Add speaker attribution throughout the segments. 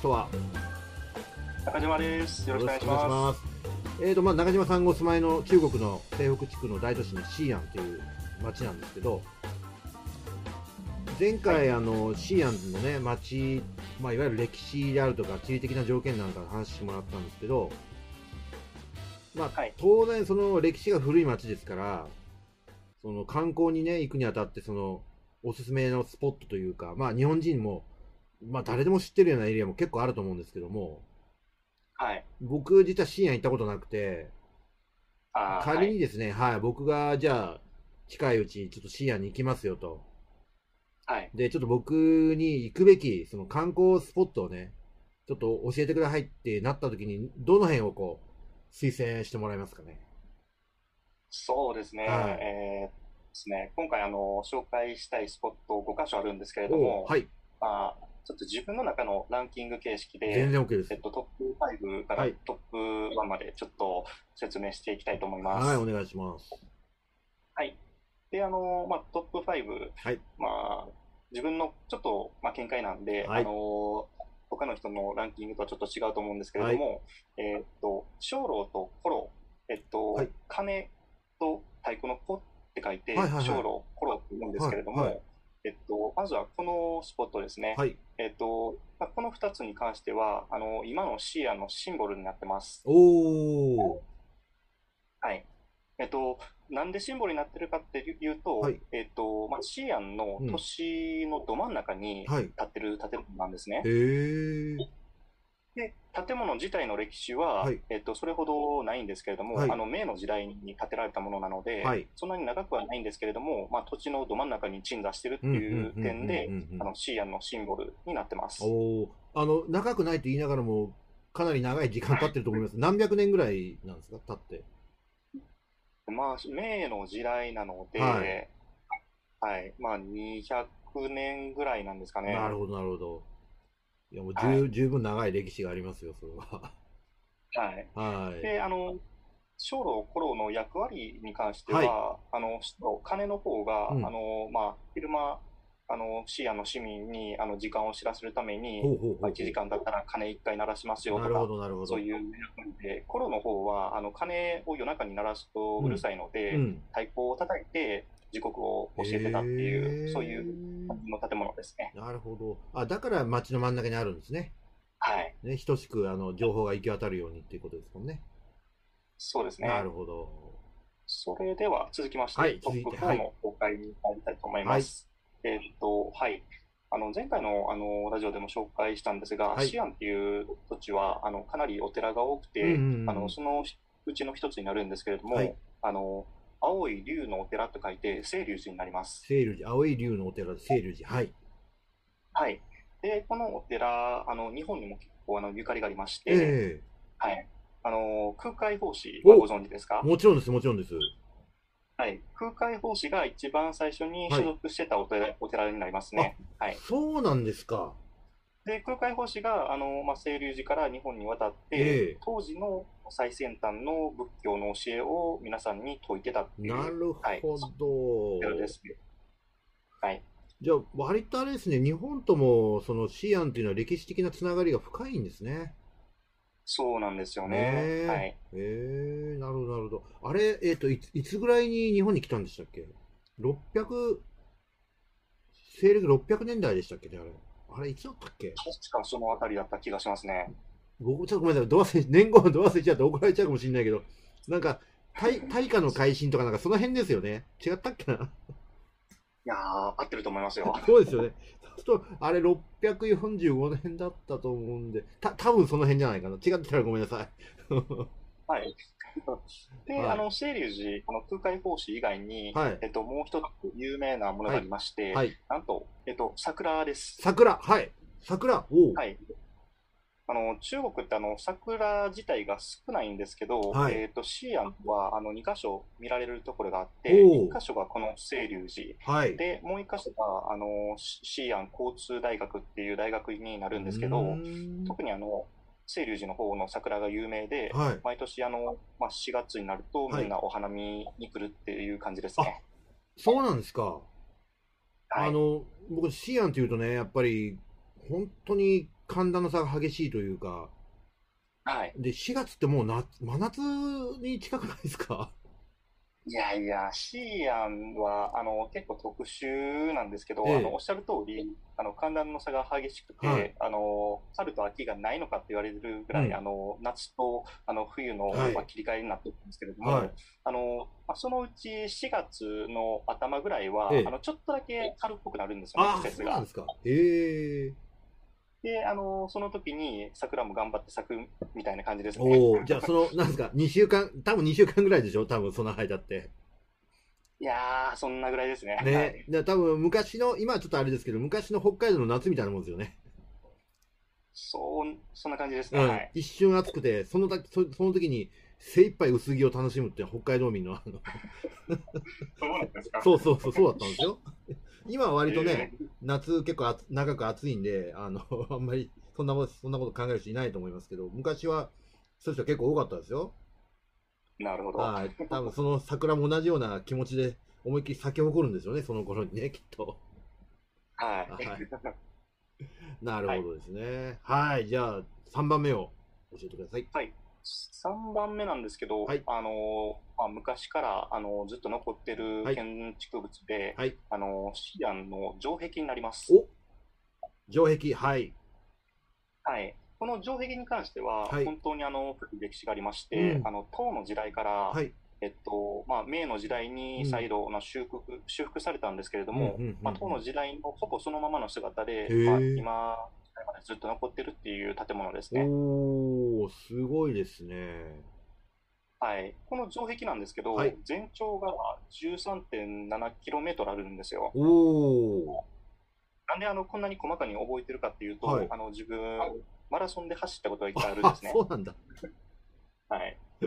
Speaker 1: トは
Speaker 2: 中島です。よろしくお願
Speaker 1: よろし
Speaker 2: いしま
Speaker 1: くお願いしますえーとまあ、中島さんがお住まいの中国の西北地区の大都市の西安という町なんですけど前回、あの西安の、ね、町、まあ、いわゆる歴史であるとか地理的な条件なんかの話してもらったんですけど、まあ
Speaker 2: はい
Speaker 1: 当然その歴史が古い町ですからその観光に、ね、行くにあたってそのおすすめのスポットというか、まあ、日本人も、まあ、誰でも知ってるようなエリアも結構あると思うんですけども。
Speaker 2: す。はい。
Speaker 1: 僕実は深夜行ったことなくて
Speaker 2: あー
Speaker 1: 仮
Speaker 2: は
Speaker 1: に
Speaker 2: い
Speaker 1: ですねはい、僕がじゃあ近いうちちょっと深夜に行きますよと
Speaker 2: はい。
Speaker 1: でちょっと僕に行くべきその観光スポットをねちょっと教えてくださいってなった時にどの辺をこう推薦してもらえますかね
Speaker 2: そうですね。
Speaker 1: はい
Speaker 2: えーですね。今回、あの、紹介したいスポット5箇所あるんですけれど
Speaker 1: お
Speaker 2: も、
Speaker 1: うはい
Speaker 2: まあ、ちょっと自分の中のランキング形式
Speaker 1: 全
Speaker 2: で、
Speaker 1: 然 OK で
Speaker 2: え
Speaker 1: す
Speaker 2: っと、トップ5か
Speaker 1: は
Speaker 2: ら
Speaker 1: い
Speaker 2: トップ1までちょっと説明していきたいと思います。
Speaker 1: はいお願いします
Speaker 2: はい。で、あの、まあ、トップ5、
Speaker 1: はい
Speaker 2: まあ、自分のちょっと、まあ、見解なんで、
Speaker 1: はい
Speaker 2: あの、他の人のランキングとはちょっと違うと思うんですけれども、えーっと、鐘楼とコロ、えっと、
Speaker 1: はい
Speaker 2: 鐘と太鼓の子って書いて、
Speaker 1: はいはいはい
Speaker 2: 鐘楼、コロって言うんですけれども、
Speaker 1: はいはい
Speaker 2: えっと、まずはこのスポットですね。
Speaker 1: はい
Speaker 2: えっと、まあ、この2つに関しては、あの、今のシーアのシンボルになってます。
Speaker 1: おお
Speaker 2: はい。えっと、なんでシンボルになってるかっていうと、
Speaker 1: はい
Speaker 2: えっと、まあ、シアンの都市のど真ん中に
Speaker 1: はい
Speaker 2: 建ってる建物なんですね。
Speaker 1: へえ
Speaker 2: で、建物自体の歴史は、
Speaker 1: はい
Speaker 2: えっと、それほどないんですけれども、
Speaker 1: はい
Speaker 2: あの、明の時代に建てられたものなので、
Speaker 1: はい
Speaker 2: そんなに長くはないんですけれども、まあ、土地のど真ん中に鎮座してるっていう点で、あの、シアンのシンボルになってます。
Speaker 1: おおーあの長くないと言いながらもかなり長い時間経ってると思います何百年ぐらいなんですか経って
Speaker 2: まあ、明の時代なので、
Speaker 1: は
Speaker 2: はい、まあ、200年ぐらいなんですかね。
Speaker 1: なるほど、なるほど。いや、もう十,、
Speaker 2: は
Speaker 1: 十分長い歴史がありますよ、それは。
Speaker 2: はい。
Speaker 1: はい。
Speaker 2: で、あの、小老コロの役割に関して
Speaker 1: はい
Speaker 2: は、あの、金の方が、
Speaker 1: うん
Speaker 2: あの、まあ、昼間、あの、シアの市民に、あの、時間を知らせるために、
Speaker 1: ほうほうほ
Speaker 2: まあ、
Speaker 1: う。
Speaker 2: 1時間だったら金1回鳴らしますよ
Speaker 1: な
Speaker 2: と
Speaker 1: るほ
Speaker 2: か、
Speaker 1: ど、なるほど。
Speaker 2: そういう役割で、コロの方は、あの、鐘を夜中に鳴らすとうるさいので、
Speaker 1: うん。
Speaker 2: 太鼓を叩いて、時刻を教えてたっていう、そういう
Speaker 1: う
Speaker 2: 感じの建物ですね。
Speaker 1: なるほど。あ、だから街の真ん中にあるんですね。
Speaker 2: はい。
Speaker 1: ね、等しく、あの、情報が行き渡るようにっていうことですもんね。
Speaker 2: そうですね。
Speaker 1: なるほど。
Speaker 2: それでは続きまして、
Speaker 1: はい
Speaker 2: トップ
Speaker 1: 続いては
Speaker 2: 4
Speaker 1: い
Speaker 2: の公開に入りたいと思います。えーっと、はい。あの、前回の、あの、ラジオでも紹介したんですが、
Speaker 1: はい
Speaker 2: シアンっていう土地は、あの、かなりお寺が多くて、
Speaker 1: うんうんうん
Speaker 2: あの、そのうちの一つになるんですけれども、
Speaker 1: はい
Speaker 2: あの、青い龍のお寺と書いて、青龍寺になります。
Speaker 1: 清流寺、青い龍のお寺、清流寺。はい。
Speaker 2: はい。で、このお寺、あの、日本にも結構、あの、ゆかりがありまして、
Speaker 1: え
Speaker 2: はい。あの、空海法師はご存知です
Speaker 1: え
Speaker 2: か
Speaker 1: もちろんです、もちろんです。
Speaker 2: はい、空海法師が一番最初に所属してたお寺,、お寺になりますね。はい、
Speaker 1: そうなんですか。
Speaker 2: で空海法師があの、まあ、清流寺から日本に渡って、
Speaker 1: ええ
Speaker 2: 当時の最先端の仏教の教えを皆さんに説いてたっていう
Speaker 1: なる
Speaker 2: はい
Speaker 1: ほど。
Speaker 2: お寺です。はい、
Speaker 1: じゃあ、割とあれですね、日本とも、その、シアンというのは歴史的なつながりが深いんですね。
Speaker 2: そうなんですよ
Speaker 1: ね
Speaker 2: ね。
Speaker 1: え
Speaker 2: はい、
Speaker 1: へえなるほど、なるほど。あれ、えっ、といつ、いつぐらいに日本に来たんでしたっけ ?600、西暦600年代でしたっけね、あれ。あれ、いつだったっけ
Speaker 2: 確かその辺りだった気がしますね。
Speaker 1: 僕、ちょっとごめんなさい、ど忘れ、年号ど忘れちゃって怒られちゃうかもしれないけど、なんか、大大化の改新とかなんかその辺ですよね。違ったっけな
Speaker 2: いやー、合ってると思いま すよ。
Speaker 1: そうですよね。そうすると、あれ645年だったと思うんで、た多分その辺じゃないかな。違ってたらごめんなさい。
Speaker 2: はい。 で、
Speaker 1: はい
Speaker 2: あの、清流寺、あの、空海法師以外に、
Speaker 1: はい
Speaker 2: えっと、もう一つ有名なものがありまして、
Speaker 1: はい。
Speaker 2: なんと、えっと、桜です。
Speaker 1: 桜、はい。桜、おう。
Speaker 2: はい。あの、中国ってあの、桜自体が少ないんですけど、
Speaker 1: はい
Speaker 2: えっと、西安はあの、2箇所見られるところがあって、
Speaker 1: おう
Speaker 2: 1箇所がこの清流寺。
Speaker 1: はい。
Speaker 2: で、もう1箇所が、あの、し西安交通大学っていう大学になるんですけ
Speaker 1: う
Speaker 2: ど、
Speaker 1: ーん
Speaker 2: 特にあの、清流寺の方の桜が有名で、
Speaker 1: はい。
Speaker 2: 毎年あの、まあ、4月になると
Speaker 1: はい
Speaker 2: みんなお花見に来るっていう感じですね。
Speaker 1: そうなんですか。
Speaker 2: はい
Speaker 1: あの僕シアンっていうとねやっぱり本当に寒暖の差が激しいというか、
Speaker 2: はい。
Speaker 1: で、4月ってもう夏、真夏に近くないですか
Speaker 2: いやいや、シアンは、あの、結構特殊なんですけど、
Speaker 1: ええ
Speaker 2: あの、おっしゃる通り、あの、寒暖の差が激しくて、
Speaker 1: はい
Speaker 2: あの、春と秋がないのかって言われるぐらい、
Speaker 1: うん
Speaker 2: あの、夏と、あの、冬の、
Speaker 1: はい
Speaker 2: まあ、切り替えになってるんですけれども、
Speaker 1: はい。
Speaker 2: あの、まあ、そのうち4月の頭ぐらいは、
Speaker 1: ええ
Speaker 2: あの、ちょっとだけ春っぽくなるんですよね、
Speaker 1: あ
Speaker 2: 季
Speaker 1: あ、
Speaker 2: 節
Speaker 1: そうなん
Speaker 2: が
Speaker 1: で。すか。へえ。
Speaker 2: で、あの、その時に桜も頑張って咲くみたいな感じですね。
Speaker 1: おお、じゃあその、なんですか、2週間、多分2週間ぐらいでしょ多分その間って。
Speaker 2: いやー、そんなぐらいですね。はい
Speaker 1: ね。だから多分昔の、今はちょっとあれですけど、昔の北海道の夏みたいなもんですよね。
Speaker 2: そう、そんな感じです
Speaker 1: う
Speaker 2: ね。
Speaker 1: ん。
Speaker 2: はい。
Speaker 1: 一瞬暑くて、その時、そその時に精一杯薄着を楽しむって北海道民のあの、
Speaker 2: そうなんですか
Speaker 1: そうそうそう、そうだったんですよ。今は割とね、
Speaker 2: ええ
Speaker 1: 夏結構暑長く暑いんで、あの、 あんまりそんなこと、そんなこと考える人いないと思いますけど、昔はそういう人結構多かったですよ。
Speaker 2: なるほど。
Speaker 1: はい。多分その桜も同じような気持ちで思いっきり咲き誇るんでしょうね、その頃にね、きっと。
Speaker 2: はい。
Speaker 1: はい。 なるほどですね。はい。じゃあ、3番目を教えてください。
Speaker 2: 3番目なんですけど、
Speaker 1: はい
Speaker 2: あの、まあ、昔から、あの、ずっと残ってる
Speaker 1: はい
Speaker 2: 建築物で、
Speaker 1: はい
Speaker 2: あの、シアンの城壁になります。
Speaker 1: お城壁、はい。
Speaker 2: はい。この城壁に関しては、
Speaker 1: はい
Speaker 2: 本当にあの、古い歴史がありまして、
Speaker 1: うん
Speaker 2: あの、唐の時代から、
Speaker 1: はい。
Speaker 2: えっと、まあ、明の時代に再度、まあ、修復、修復されたんですけれども、
Speaker 1: うんうんうん
Speaker 2: まあ、唐の時代のほぼそのままの姿で、
Speaker 1: へえ
Speaker 2: まあ、今、までずっと残ってるっていう建物ですね。
Speaker 1: おー、すごいですね。
Speaker 2: はい。この城壁なんですけど、
Speaker 1: はい
Speaker 2: 全長が 13.7km あるんですよ。
Speaker 1: おー。
Speaker 2: なんであの、こんなに細かに覚えてるかっていうと、
Speaker 1: はい
Speaker 2: あの、自分、マラソンで走ったことが一回あるんで
Speaker 1: あ、
Speaker 2: すね。
Speaker 1: そうなんだ。
Speaker 2: はい。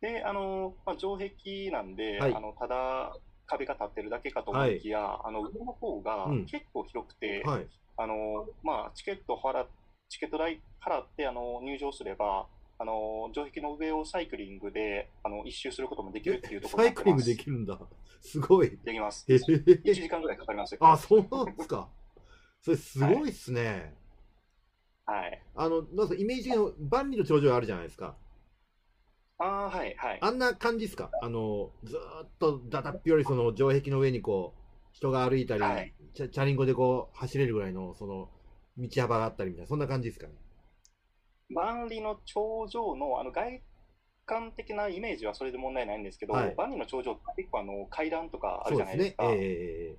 Speaker 2: で、あの、まあ、城壁なんで、
Speaker 1: はい
Speaker 2: あの、ただ壁が立ってるだけかと思いきや、あの、上の方が
Speaker 1: うん
Speaker 2: 結構広くて、
Speaker 1: はい。
Speaker 2: あの、まあ、チケットを払っ、チケット代払って、あの、入場すれば、あの、城壁の上をサイクリングで、あの、一周することもできるっていうところ
Speaker 1: サ
Speaker 2: にな
Speaker 1: イク
Speaker 2: って
Speaker 1: リン
Speaker 2: ま
Speaker 1: グ
Speaker 2: す。
Speaker 1: できるんだ。すごい。
Speaker 2: できます。
Speaker 1: へへ
Speaker 2: 1
Speaker 1: へ
Speaker 2: 時間ぐらいかかりますよ。
Speaker 1: あ、そうなんですか。それすごいっすね。
Speaker 2: はい。
Speaker 1: あの、なんかイメージの万里の頂上あるじゃないですか。
Speaker 2: ああ、はい、はい。
Speaker 1: あんな感じですかあの、ずーっとだだっぴよりその城壁の上にこう、人が歩いたり、
Speaker 2: はい
Speaker 1: チャチャリンコでこう、走れるぐらいの、その、道幅があったりみたいな、そんな感じですかね。
Speaker 2: 万里の頂上のあの外観的なイメージはそれで問題ないんですけど、
Speaker 1: はい
Speaker 2: 万里の頂上って結構あの階段とかある
Speaker 1: そう
Speaker 2: じ
Speaker 1: で
Speaker 2: ゃな
Speaker 1: す
Speaker 2: いです
Speaker 1: ね。え
Speaker 2: か。
Speaker 1: えええええ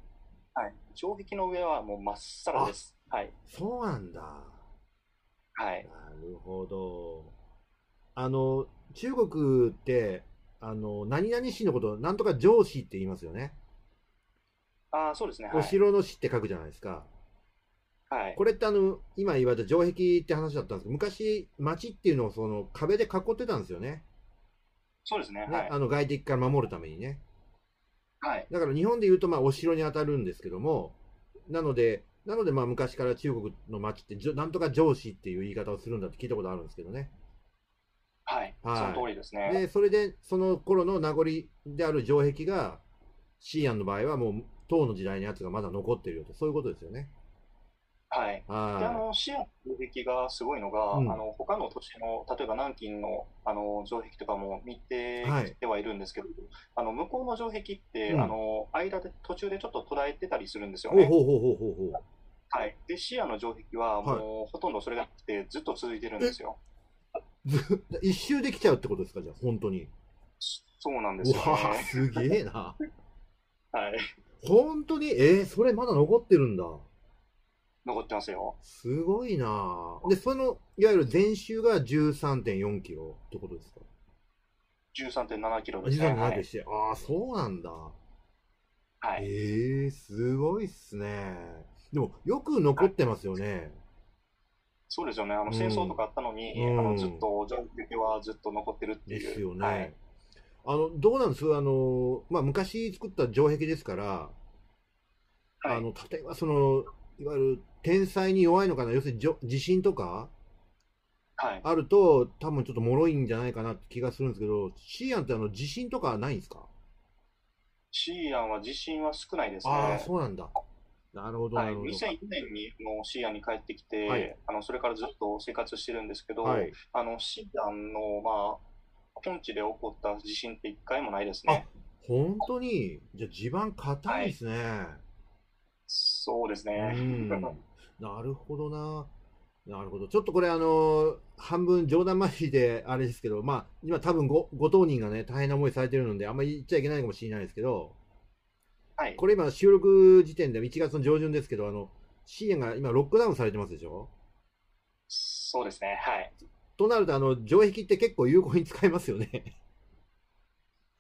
Speaker 2: はい、城壁の上はもうまっさらです。はい。
Speaker 1: そうなんだ。
Speaker 2: はい。
Speaker 1: なるほど。あの、中国って、あの、何々市のことを、なんとか城市って言いますよね。
Speaker 2: ああ、そうですね。は
Speaker 1: お
Speaker 2: い。
Speaker 1: 城の市って書くじゃないですか。
Speaker 2: はい。
Speaker 1: これってあの、今言われた城壁って話だったんですけど、昔、町っていうのをその壁で囲ってたんですよね。
Speaker 2: そうですね。
Speaker 1: ね、
Speaker 2: はい。
Speaker 1: あの外敵から守るためにね。
Speaker 2: はい。
Speaker 1: だから日本で言うとまあお城に当たるんですけども、なので、なのでまあ昔から中国の町ってじょ、なんとか城市っていう言い方をするんだって聞いたことあるんですけどね。
Speaker 2: はい。
Speaker 1: はい
Speaker 2: その通りですね。
Speaker 1: で、それでその頃の名残である城壁が、シーアンの場合はもう唐の時代のやつがまだ残ってるよと、そういうことですよね。
Speaker 2: はい。で、あ
Speaker 1: は
Speaker 2: の、シアンの城壁がすごいのが、
Speaker 1: うん
Speaker 2: あの、他の都市の、例えば南京の、あの、城壁とかも見て
Speaker 1: はい
Speaker 2: きてはいるんですけど、あの、向こうの城壁って、
Speaker 1: うん
Speaker 2: あの、間で、途中でちょっと途絶えてたりするんです
Speaker 1: い。
Speaker 2: よ
Speaker 1: ほう
Speaker 2: ね。
Speaker 1: ほうほうほうほうほう。
Speaker 2: はい。で、視野の城壁は、
Speaker 1: はい
Speaker 2: もう、ほとんどそれがなくて、ずっと続いてるんですよ。
Speaker 1: 一周できちゃうってことですか、じゃあ、本当に。
Speaker 2: そうなんです
Speaker 1: う
Speaker 2: よ
Speaker 1: わあ
Speaker 2: ね。
Speaker 1: すげえな。
Speaker 2: はい。
Speaker 1: 本当にえー、それまだ残ってるんだ。
Speaker 2: 残ってますよ。
Speaker 1: すごいなあで、その、いわゆる全周が13.4キロってことですか
Speaker 2: 13.7キロですね。は
Speaker 1: 13.7キロ
Speaker 2: い。
Speaker 1: して、ああ、そうなんだ。
Speaker 2: はい。
Speaker 1: ええー、すごいっすね。でも、よく残ってますよね。
Speaker 2: そうですよね。あ
Speaker 1: うん
Speaker 2: の、戦争とかあったのに、
Speaker 1: うん
Speaker 2: あの、ずっと、城壁はずっと残ってるって
Speaker 1: で
Speaker 2: いう。
Speaker 1: すよね。
Speaker 2: はい。
Speaker 1: あの、どうなんですあの、まあ、昔作った城壁ですから、
Speaker 2: はい
Speaker 1: あの、例えばその、いわゆる天才に弱いのかな、要するにじょ地震とか、
Speaker 2: はい。
Speaker 1: あると、多分ちょっと脆いんじゃないかなって気がするんですけど、シアンってあの地震とかはないんですか
Speaker 2: シーアンは地震は少ないですね。
Speaker 1: ああ、そうなんだ。なるほど、
Speaker 2: は、
Speaker 1: ないるほど。
Speaker 2: 2001年にあのシアンに帰ってきて、
Speaker 1: はい
Speaker 2: あのそれからずっと生活してるんですけど、
Speaker 1: はい。
Speaker 2: あのシアンの、まあ、本地で起こった地震って一回もないです
Speaker 1: あ
Speaker 2: ね。、
Speaker 1: 本当に、じゃあ地盤硬いですね。
Speaker 2: そうです
Speaker 1: う
Speaker 2: ね。
Speaker 1: ん。なるほどな。なるほど。ちょっとこれ、あの、半分冗談まじであれですけど、まあ、今多分ご、ご当人がね、大変な思いされてるので、あんまり言っちゃいけないかもしれないですけど、
Speaker 2: はい、
Speaker 1: これ今、収録時点で1月の上旬ですけど、あの、深夜が今、ロックダウンされてますでしょ
Speaker 2: そうですね。はい。
Speaker 1: となると、あの、城壁って結構有効に使えますよね。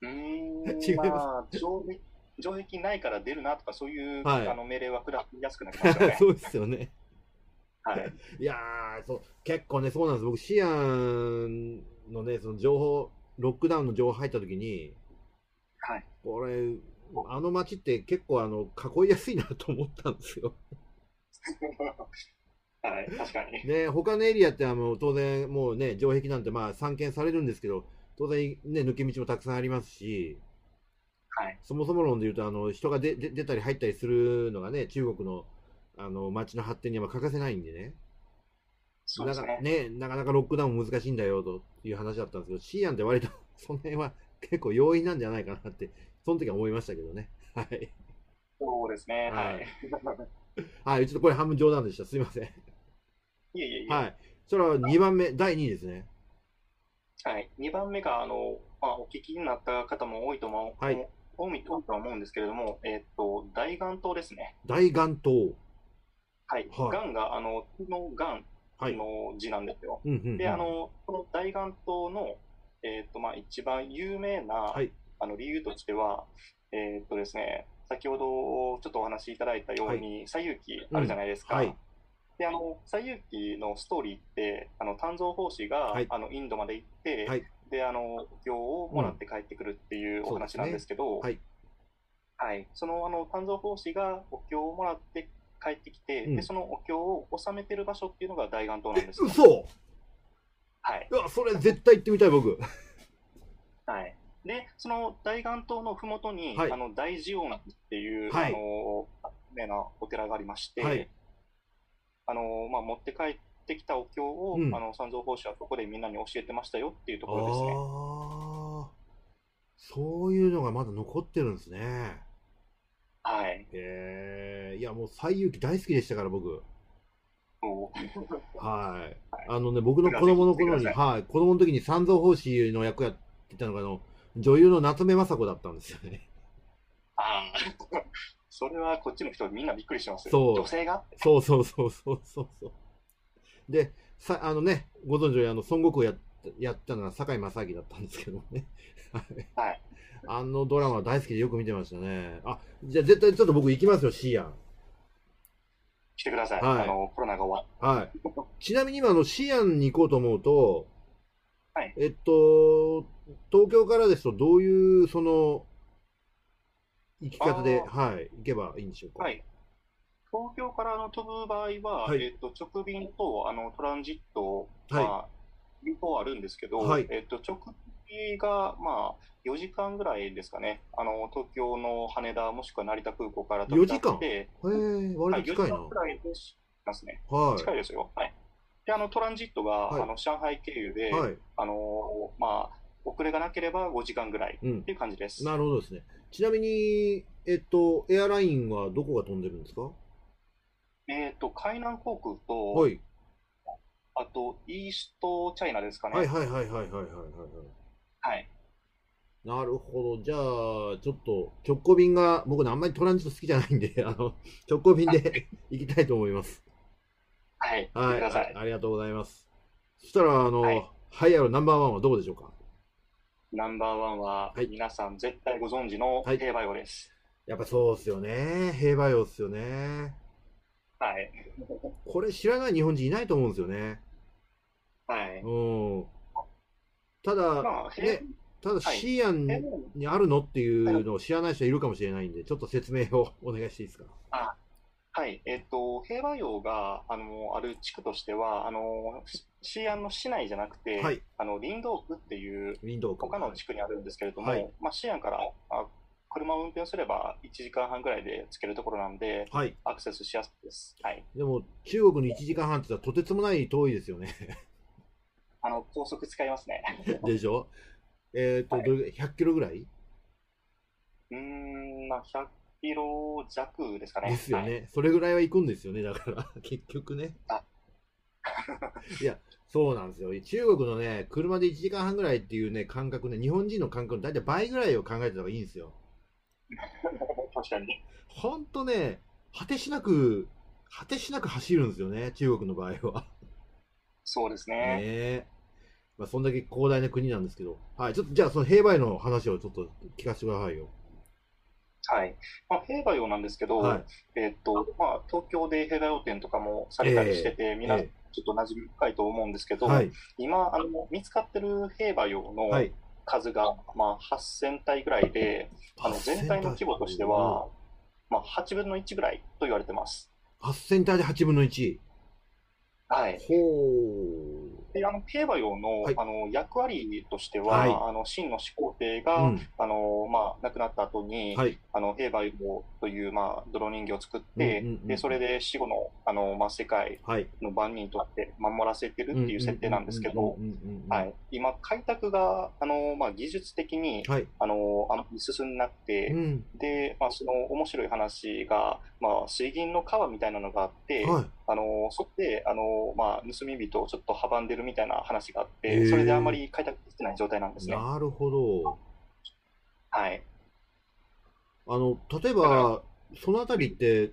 Speaker 2: う
Speaker 1: 違
Speaker 2: ー
Speaker 1: い
Speaker 2: ん、
Speaker 1: ます
Speaker 2: まあ、城壁城壁ないから出るなとか、そういう、
Speaker 1: はい
Speaker 2: あの命令は下りやすくなりましたね。
Speaker 1: そうですよね。
Speaker 2: はい、
Speaker 1: いやーそう、結構ね、そうなんです。僕、シアンのね、その情報、ロックダウンの情報入った時に、
Speaker 2: はい。
Speaker 1: これ、あの街って結構、あの、囲いやすいなと思ったんですよ。
Speaker 2: はい、確かに。
Speaker 1: ね、他のエリアって、あの、当然、もうね、城壁なんて、まあ、散見されるんですけど、当然、ね、抜け道もたくさんありますし、
Speaker 2: はい、
Speaker 1: そもそも論で言うと、あの、人が出出出たり入ったりするのがね、中国の、あの、街の発展には欠かせないんでね。
Speaker 2: そうです
Speaker 1: なかね、
Speaker 2: ね。
Speaker 1: なかなかロックダウン難しいんだよという話だったんですけど、シーアンって割と その辺は結構容易なんじゃないかなって、その時は思いましたけどね。 はい。
Speaker 2: そうですね。は
Speaker 1: はい
Speaker 2: い。
Speaker 1: はい、ちょっとこれ半分冗談でした。すいません。
Speaker 2: いえいえいえ。
Speaker 1: はい。それは2番目、第2位ですね。
Speaker 2: はい、2番目があの、まあ、お聞きになった方も多いと思う、
Speaker 1: はい
Speaker 2: 多い多いとは思うんですけれども、えーっと大眼島ですね、
Speaker 1: 大眼島。
Speaker 2: はい、
Speaker 1: はい
Speaker 2: がんがあののがん
Speaker 1: はい。
Speaker 2: の字なんですよ。
Speaker 1: うんうんうん
Speaker 2: で、あ、のこの大眼島の、えーっとまあ、一番有名な、
Speaker 1: はい。
Speaker 2: あの理由としては、えーっとですね、先ほどちょっとお話しいただいたように、西遊記あるじゃないですか。
Speaker 1: はい。
Speaker 2: であの西遊記のストーリーってあの丹蔵法師が、
Speaker 1: はい
Speaker 2: あのインドまで行って、
Speaker 1: はい
Speaker 2: であの経をもらって帰ってくるっていう
Speaker 1: うん
Speaker 2: お話なんですけど、
Speaker 1: そうですね
Speaker 2: はいそのあの丹蔵法師がお経をもらって帰ってきて、
Speaker 1: うん
Speaker 2: でそのお経を納めてる場所っていうのが大岩島なんですよ。
Speaker 1: 嘘
Speaker 2: はい、
Speaker 1: うわ、それ絶対行ってみたい、僕。
Speaker 2: はい、でその大岩島のふもとに、
Speaker 1: はい
Speaker 2: あの大寺院っていう、
Speaker 1: はい
Speaker 2: あの有名なお寺がありまして、
Speaker 1: はい
Speaker 2: あのまあ、持って帰ってきたお経を、
Speaker 1: うん
Speaker 2: あの三蔵法師はここでみんなに教えてましたよっていうと
Speaker 1: あ
Speaker 2: ころですね。
Speaker 1: あ。そういうのがまだ残ってるんですね。
Speaker 2: はい、
Speaker 1: へえ。いや、もう、西遊記大好きでしたから、僕。は
Speaker 2: お
Speaker 1: い。
Speaker 2: はい
Speaker 1: あのね、僕の子供の頃に、
Speaker 2: ぜひ来てくだ
Speaker 1: はい、子供の時に三蔵法師の役やってたのが、あの、女優の夏目雅子だったんですよね。
Speaker 2: あー それはこっちの人みんなびっくりしてますよ。
Speaker 1: そう
Speaker 2: 女性が
Speaker 1: そうそうそうそうそうそう。で、さ、あのね、ご存知のようにあの、孫悟空やっやったのが堺井正明だったんですけどね。
Speaker 2: はい。
Speaker 1: あのドラマ大好きでよく見てましたね。あ、じゃあ絶対ちょっと僕行きますよ、シーアン。
Speaker 2: 来てください。
Speaker 1: はい
Speaker 2: あのコロナが終わ
Speaker 1: はい。ちなみに今、あの、シアンに行こうと思うと、
Speaker 2: はい
Speaker 1: えっと、東京からですと、どういう、その、行き方で、
Speaker 2: あ
Speaker 1: はい、行けばいいんでしょうか。
Speaker 2: はい。東京からあの飛ぶ場合は、
Speaker 1: はい
Speaker 2: えっと直便とあのトランジット、
Speaker 1: はい
Speaker 2: まあ、両方あるんですけど、
Speaker 1: はい
Speaker 2: えっと直便が、まあ、4時間ぐらいですかね、あの東京の羽田、もしくは成田空港から飛び立って、
Speaker 1: へえ、
Speaker 2: はい
Speaker 1: 割と
Speaker 2: 4時
Speaker 1: 近いな。
Speaker 2: 間ぐらいでしますね。
Speaker 1: は
Speaker 2: 近いですよ。はい。で、あの、トランジットが、
Speaker 1: はい
Speaker 2: あの、上海経由
Speaker 1: い。
Speaker 2: で、
Speaker 1: はい。
Speaker 2: あの、まあ、遅れがなければ5時間ぐらい
Speaker 1: うん
Speaker 2: っ。ていう感じです。
Speaker 1: なるほどですね。ちなみに、えっと、エアラインはどこが飛んでるんですか
Speaker 2: えっ、と、海南航空と、
Speaker 1: はい。
Speaker 2: あと、イーストチャイナですかね。
Speaker 1: は
Speaker 2: はいい。
Speaker 1: はいはいはいはいはいはい。なるほど。じゃあ、ちょっと、直行便が、僕ね、あんまりトランジット好きじゃないんで、あの、直行便で行きたいと思います。
Speaker 2: はい。見
Speaker 1: は
Speaker 2: て
Speaker 1: い、
Speaker 2: ください。
Speaker 1: あありがとうございます。そしたら、あの、
Speaker 2: は
Speaker 1: はいい、栄えあるナンバーワンはどうでしょうか
Speaker 2: ナンバーワンは、
Speaker 1: はい
Speaker 2: 皆さん絶対ご存知の
Speaker 1: はい
Speaker 2: 平和用です。
Speaker 1: やっぱそうっすよね。平和洋っすよね。
Speaker 2: はい。
Speaker 1: これ知らない日本人いないと思うんですよね。
Speaker 2: はい。
Speaker 1: うん。ただ、
Speaker 2: まあ、平
Speaker 1: ね、ただ、
Speaker 2: はい
Speaker 1: シーアン
Speaker 2: 平和用
Speaker 1: にあるのっていうのを知らない人いるかもしれないんで、ちょっと説明をお願いしていいですか。
Speaker 2: はい、えっと、平和洋があのある地区としては、あのし西安の市内じゃなくて、
Speaker 1: はい
Speaker 2: あの林道区っていう
Speaker 1: ウィンドウ君
Speaker 2: 他の地区にあるんですけれども、
Speaker 1: はい
Speaker 2: まあ、西安からあ車を運転すれば1時間半ぐらいで着けるところなんで、
Speaker 1: はい。
Speaker 2: アクセスしやすいです。はい。
Speaker 1: でも、中国に1時間半って言ったらとてつもない遠いですよね。
Speaker 2: あの、高速使いますね。
Speaker 1: でしょえっ、と、
Speaker 2: はい
Speaker 1: どれ100キロぐらいう
Speaker 2: ーん、まあ、100キロ弱ですかね。
Speaker 1: ですよ
Speaker 2: はい。
Speaker 1: ね。それぐらいは行くんですよね。だから、 結局ね
Speaker 2: あ。
Speaker 1: いや、そうなんですよ。中国のね、車で1時間半ぐらいっていうね、感覚ね、日本人の感覚の大体倍ぐらいを考えてた方がいいんですよ。
Speaker 2: 確かに。
Speaker 1: ほんとね、果てしなく、果てしなく走るんですよね、中国の場合は。
Speaker 2: そうです
Speaker 1: ね
Speaker 2: ね。
Speaker 1: え。まあ、そんだけ広大な国なんですけど。はい、ちょっと、じゃあ、その兵馬俑の話をちょっと聞かせてくださいよ。
Speaker 2: はい。まあ、兵馬俑なんですけど、
Speaker 1: はい。
Speaker 2: えっと、まあ、東京で兵馬俑展とかもされたりしてて、みんなちょ
Speaker 1: え
Speaker 2: っと馴染み深いと思うんですけ
Speaker 1: え
Speaker 2: ど、
Speaker 1: はい。
Speaker 2: 今、あの、見つかってる兵馬俑
Speaker 1: は
Speaker 2: の
Speaker 1: い。
Speaker 2: 数が、まあ、8000体ぐらいで、あの、全体の規模としては、まあ、8分の1ぐらいと言われてます。
Speaker 1: 8000体で8分の1。
Speaker 2: はい。
Speaker 1: ほ
Speaker 2: で、あの、競馬用の、
Speaker 1: はい
Speaker 2: あの、役割としては、
Speaker 1: はい
Speaker 2: あの、秦の始皇帝
Speaker 1: う。
Speaker 2: が、
Speaker 1: うん。
Speaker 2: あの、まあ、亡くなった後に、
Speaker 1: はい。
Speaker 2: あの、兵馬俑という、まあ、泥人形を作って、
Speaker 1: うんうんうん
Speaker 2: で、それで死後の、あの、まあ、世界
Speaker 1: はい。
Speaker 2: の番人とって守らせてるっていう設定なんですけど
Speaker 1: う、んうんうんうんうん。
Speaker 2: は
Speaker 1: はい。
Speaker 2: い。今、開拓が、あの、まあ、技術的に、
Speaker 1: はい。
Speaker 2: あの、あんまり進んなくて、
Speaker 1: うん。
Speaker 2: で、まあ、その面白い話が、まあ、水銀の川みたいなのがあって、
Speaker 1: はい。
Speaker 2: あのそこであの、まあ、盗み人をちょっと阻んでるみたいな話があっ
Speaker 1: へー
Speaker 2: て、それであんまり開拓できてない状態なんですね。
Speaker 1: なるほど。
Speaker 2: はい、
Speaker 1: あの、例え
Speaker 2: だ
Speaker 1: ば
Speaker 2: か、
Speaker 1: そのあたりって、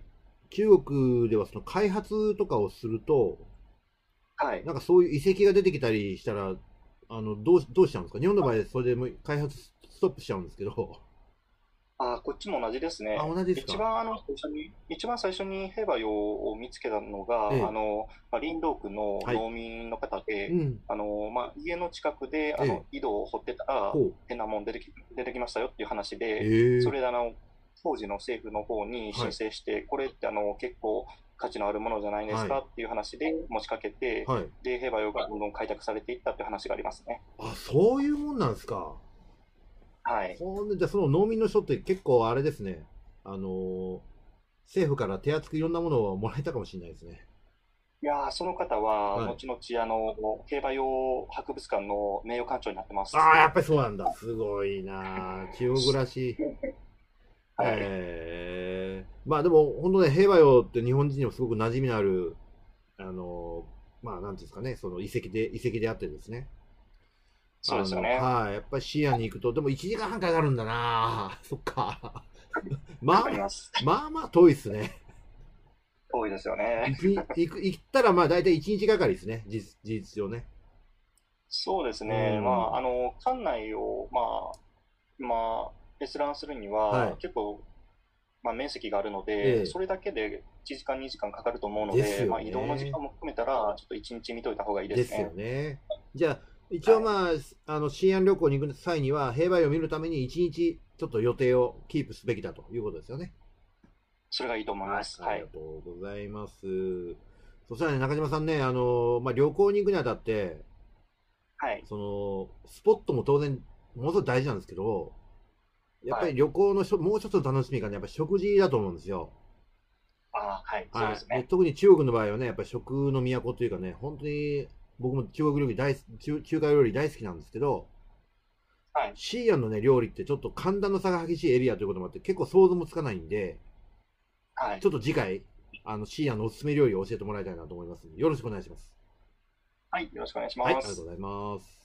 Speaker 1: 中国ではその開発とかをすると、
Speaker 2: はい、
Speaker 1: なんかそういう遺跡が出てきたりしたら、あの、どう、どうしちゃうんですか日本の場合、それでもう開発ストップしちゃうんですけど。
Speaker 2: あこっちも同じですね。
Speaker 1: あ、同じです
Speaker 2: 一
Speaker 1: か
Speaker 2: 番あの最初に一番最初に兵馬俑を見つけたのが、
Speaker 1: ええ
Speaker 2: あのまあ、林道区の
Speaker 1: はい
Speaker 2: 農民の方で、
Speaker 1: うん。
Speaker 2: あのまあ、家の近くであの井戸を掘ってたら、
Speaker 1: ほう。
Speaker 2: 変なもん出てき出てきましたよっていう話
Speaker 1: え
Speaker 2: で、
Speaker 1: え
Speaker 2: それであの当時の政府の方に申請して、これってあの結構価値のあるものじゃないですか
Speaker 1: は
Speaker 2: っていう話で持ちかけて、
Speaker 1: はい。
Speaker 2: で、兵馬俑がどんどん開拓されていったって話がありますね。
Speaker 1: あ、そういうもんなんですか。
Speaker 2: はい。
Speaker 1: ほんで、じゃあその農民の人って結構あれですね。あのー政府から手厚くいろんなものをもらえたかもしれないですね。
Speaker 2: いやーその方
Speaker 1: は
Speaker 2: は、
Speaker 1: い
Speaker 2: 後々、あの、兵馬俑博物館の名誉館長になってます。
Speaker 1: ああ、やっぱりそうなんだ。すごいなあ中国らしい。
Speaker 2: はい
Speaker 1: ええまあでも、本当ね、兵馬俑って日本人にもすごく馴染みのある、あのーまあ、なんていうんですかね、その遺跡で、遺跡であってですね。
Speaker 2: そうですよ
Speaker 1: あ
Speaker 2: ね。
Speaker 1: のはい、やっぱり視野に行くと、でも1時間半かかるんだな そっか。ま
Speaker 2: わ
Speaker 1: あ
Speaker 2: かり、ます。
Speaker 1: まあまあ遠いっすね。
Speaker 2: 多いですよね。
Speaker 1: 一日行く行ったらまあ大体1日がかりですね、事実事実上ね。
Speaker 2: そうですね。
Speaker 1: うん
Speaker 2: まあ、あの、館内を、まあ、まあ、閲覧するには、
Speaker 1: はい
Speaker 2: 結構、まあ、面積があるの
Speaker 1: え
Speaker 2: で、
Speaker 1: え
Speaker 2: それだけで1時間、2時間かかると思うの
Speaker 1: です
Speaker 2: で、
Speaker 1: よね
Speaker 2: まあ、移動の時間も含めたら、ちょっと1日見といた方がいいで
Speaker 1: ですすよ
Speaker 2: ね。
Speaker 1: ね。じゃあ、一応まあ、あの、新安旅行に行く際には、兵馬俑を見るために1日ちょっと予定をキープすべきだということですよね。
Speaker 2: それがいいと思います。
Speaker 1: あ
Speaker 2: は
Speaker 1: り
Speaker 2: い
Speaker 1: が。とうございます。そしたらね、中島さんね、あの、まあ、旅行に行くにあたって、
Speaker 2: はい。
Speaker 1: その、スポットも当然、ものすごく大事なんですけど、やっぱり旅行のしょ、もうちょっと楽しみがね、やっぱ食事だと思うんですよ。
Speaker 2: あーはい。そう
Speaker 1: は
Speaker 2: です
Speaker 1: い、
Speaker 2: ね。
Speaker 1: 特に中国の場合はね、やっぱり食の都というかね、本当に僕も中国料理大好き中中華料理大好きなんですけど、
Speaker 2: はい
Speaker 1: シーアンのね、料理ってちょっと寒暖の差が激しいエリアということもあって、結構想像もつかないんで、
Speaker 2: はい
Speaker 1: ち。ょっと次回、あの、シーアンのおすすめ料理を教えてもらいたいなと思いますんでよろしくお願いします。
Speaker 2: はい、よろしくお願いし
Speaker 1: はい、あ
Speaker 2: ま
Speaker 1: りが
Speaker 2: す
Speaker 1: とう。ございます。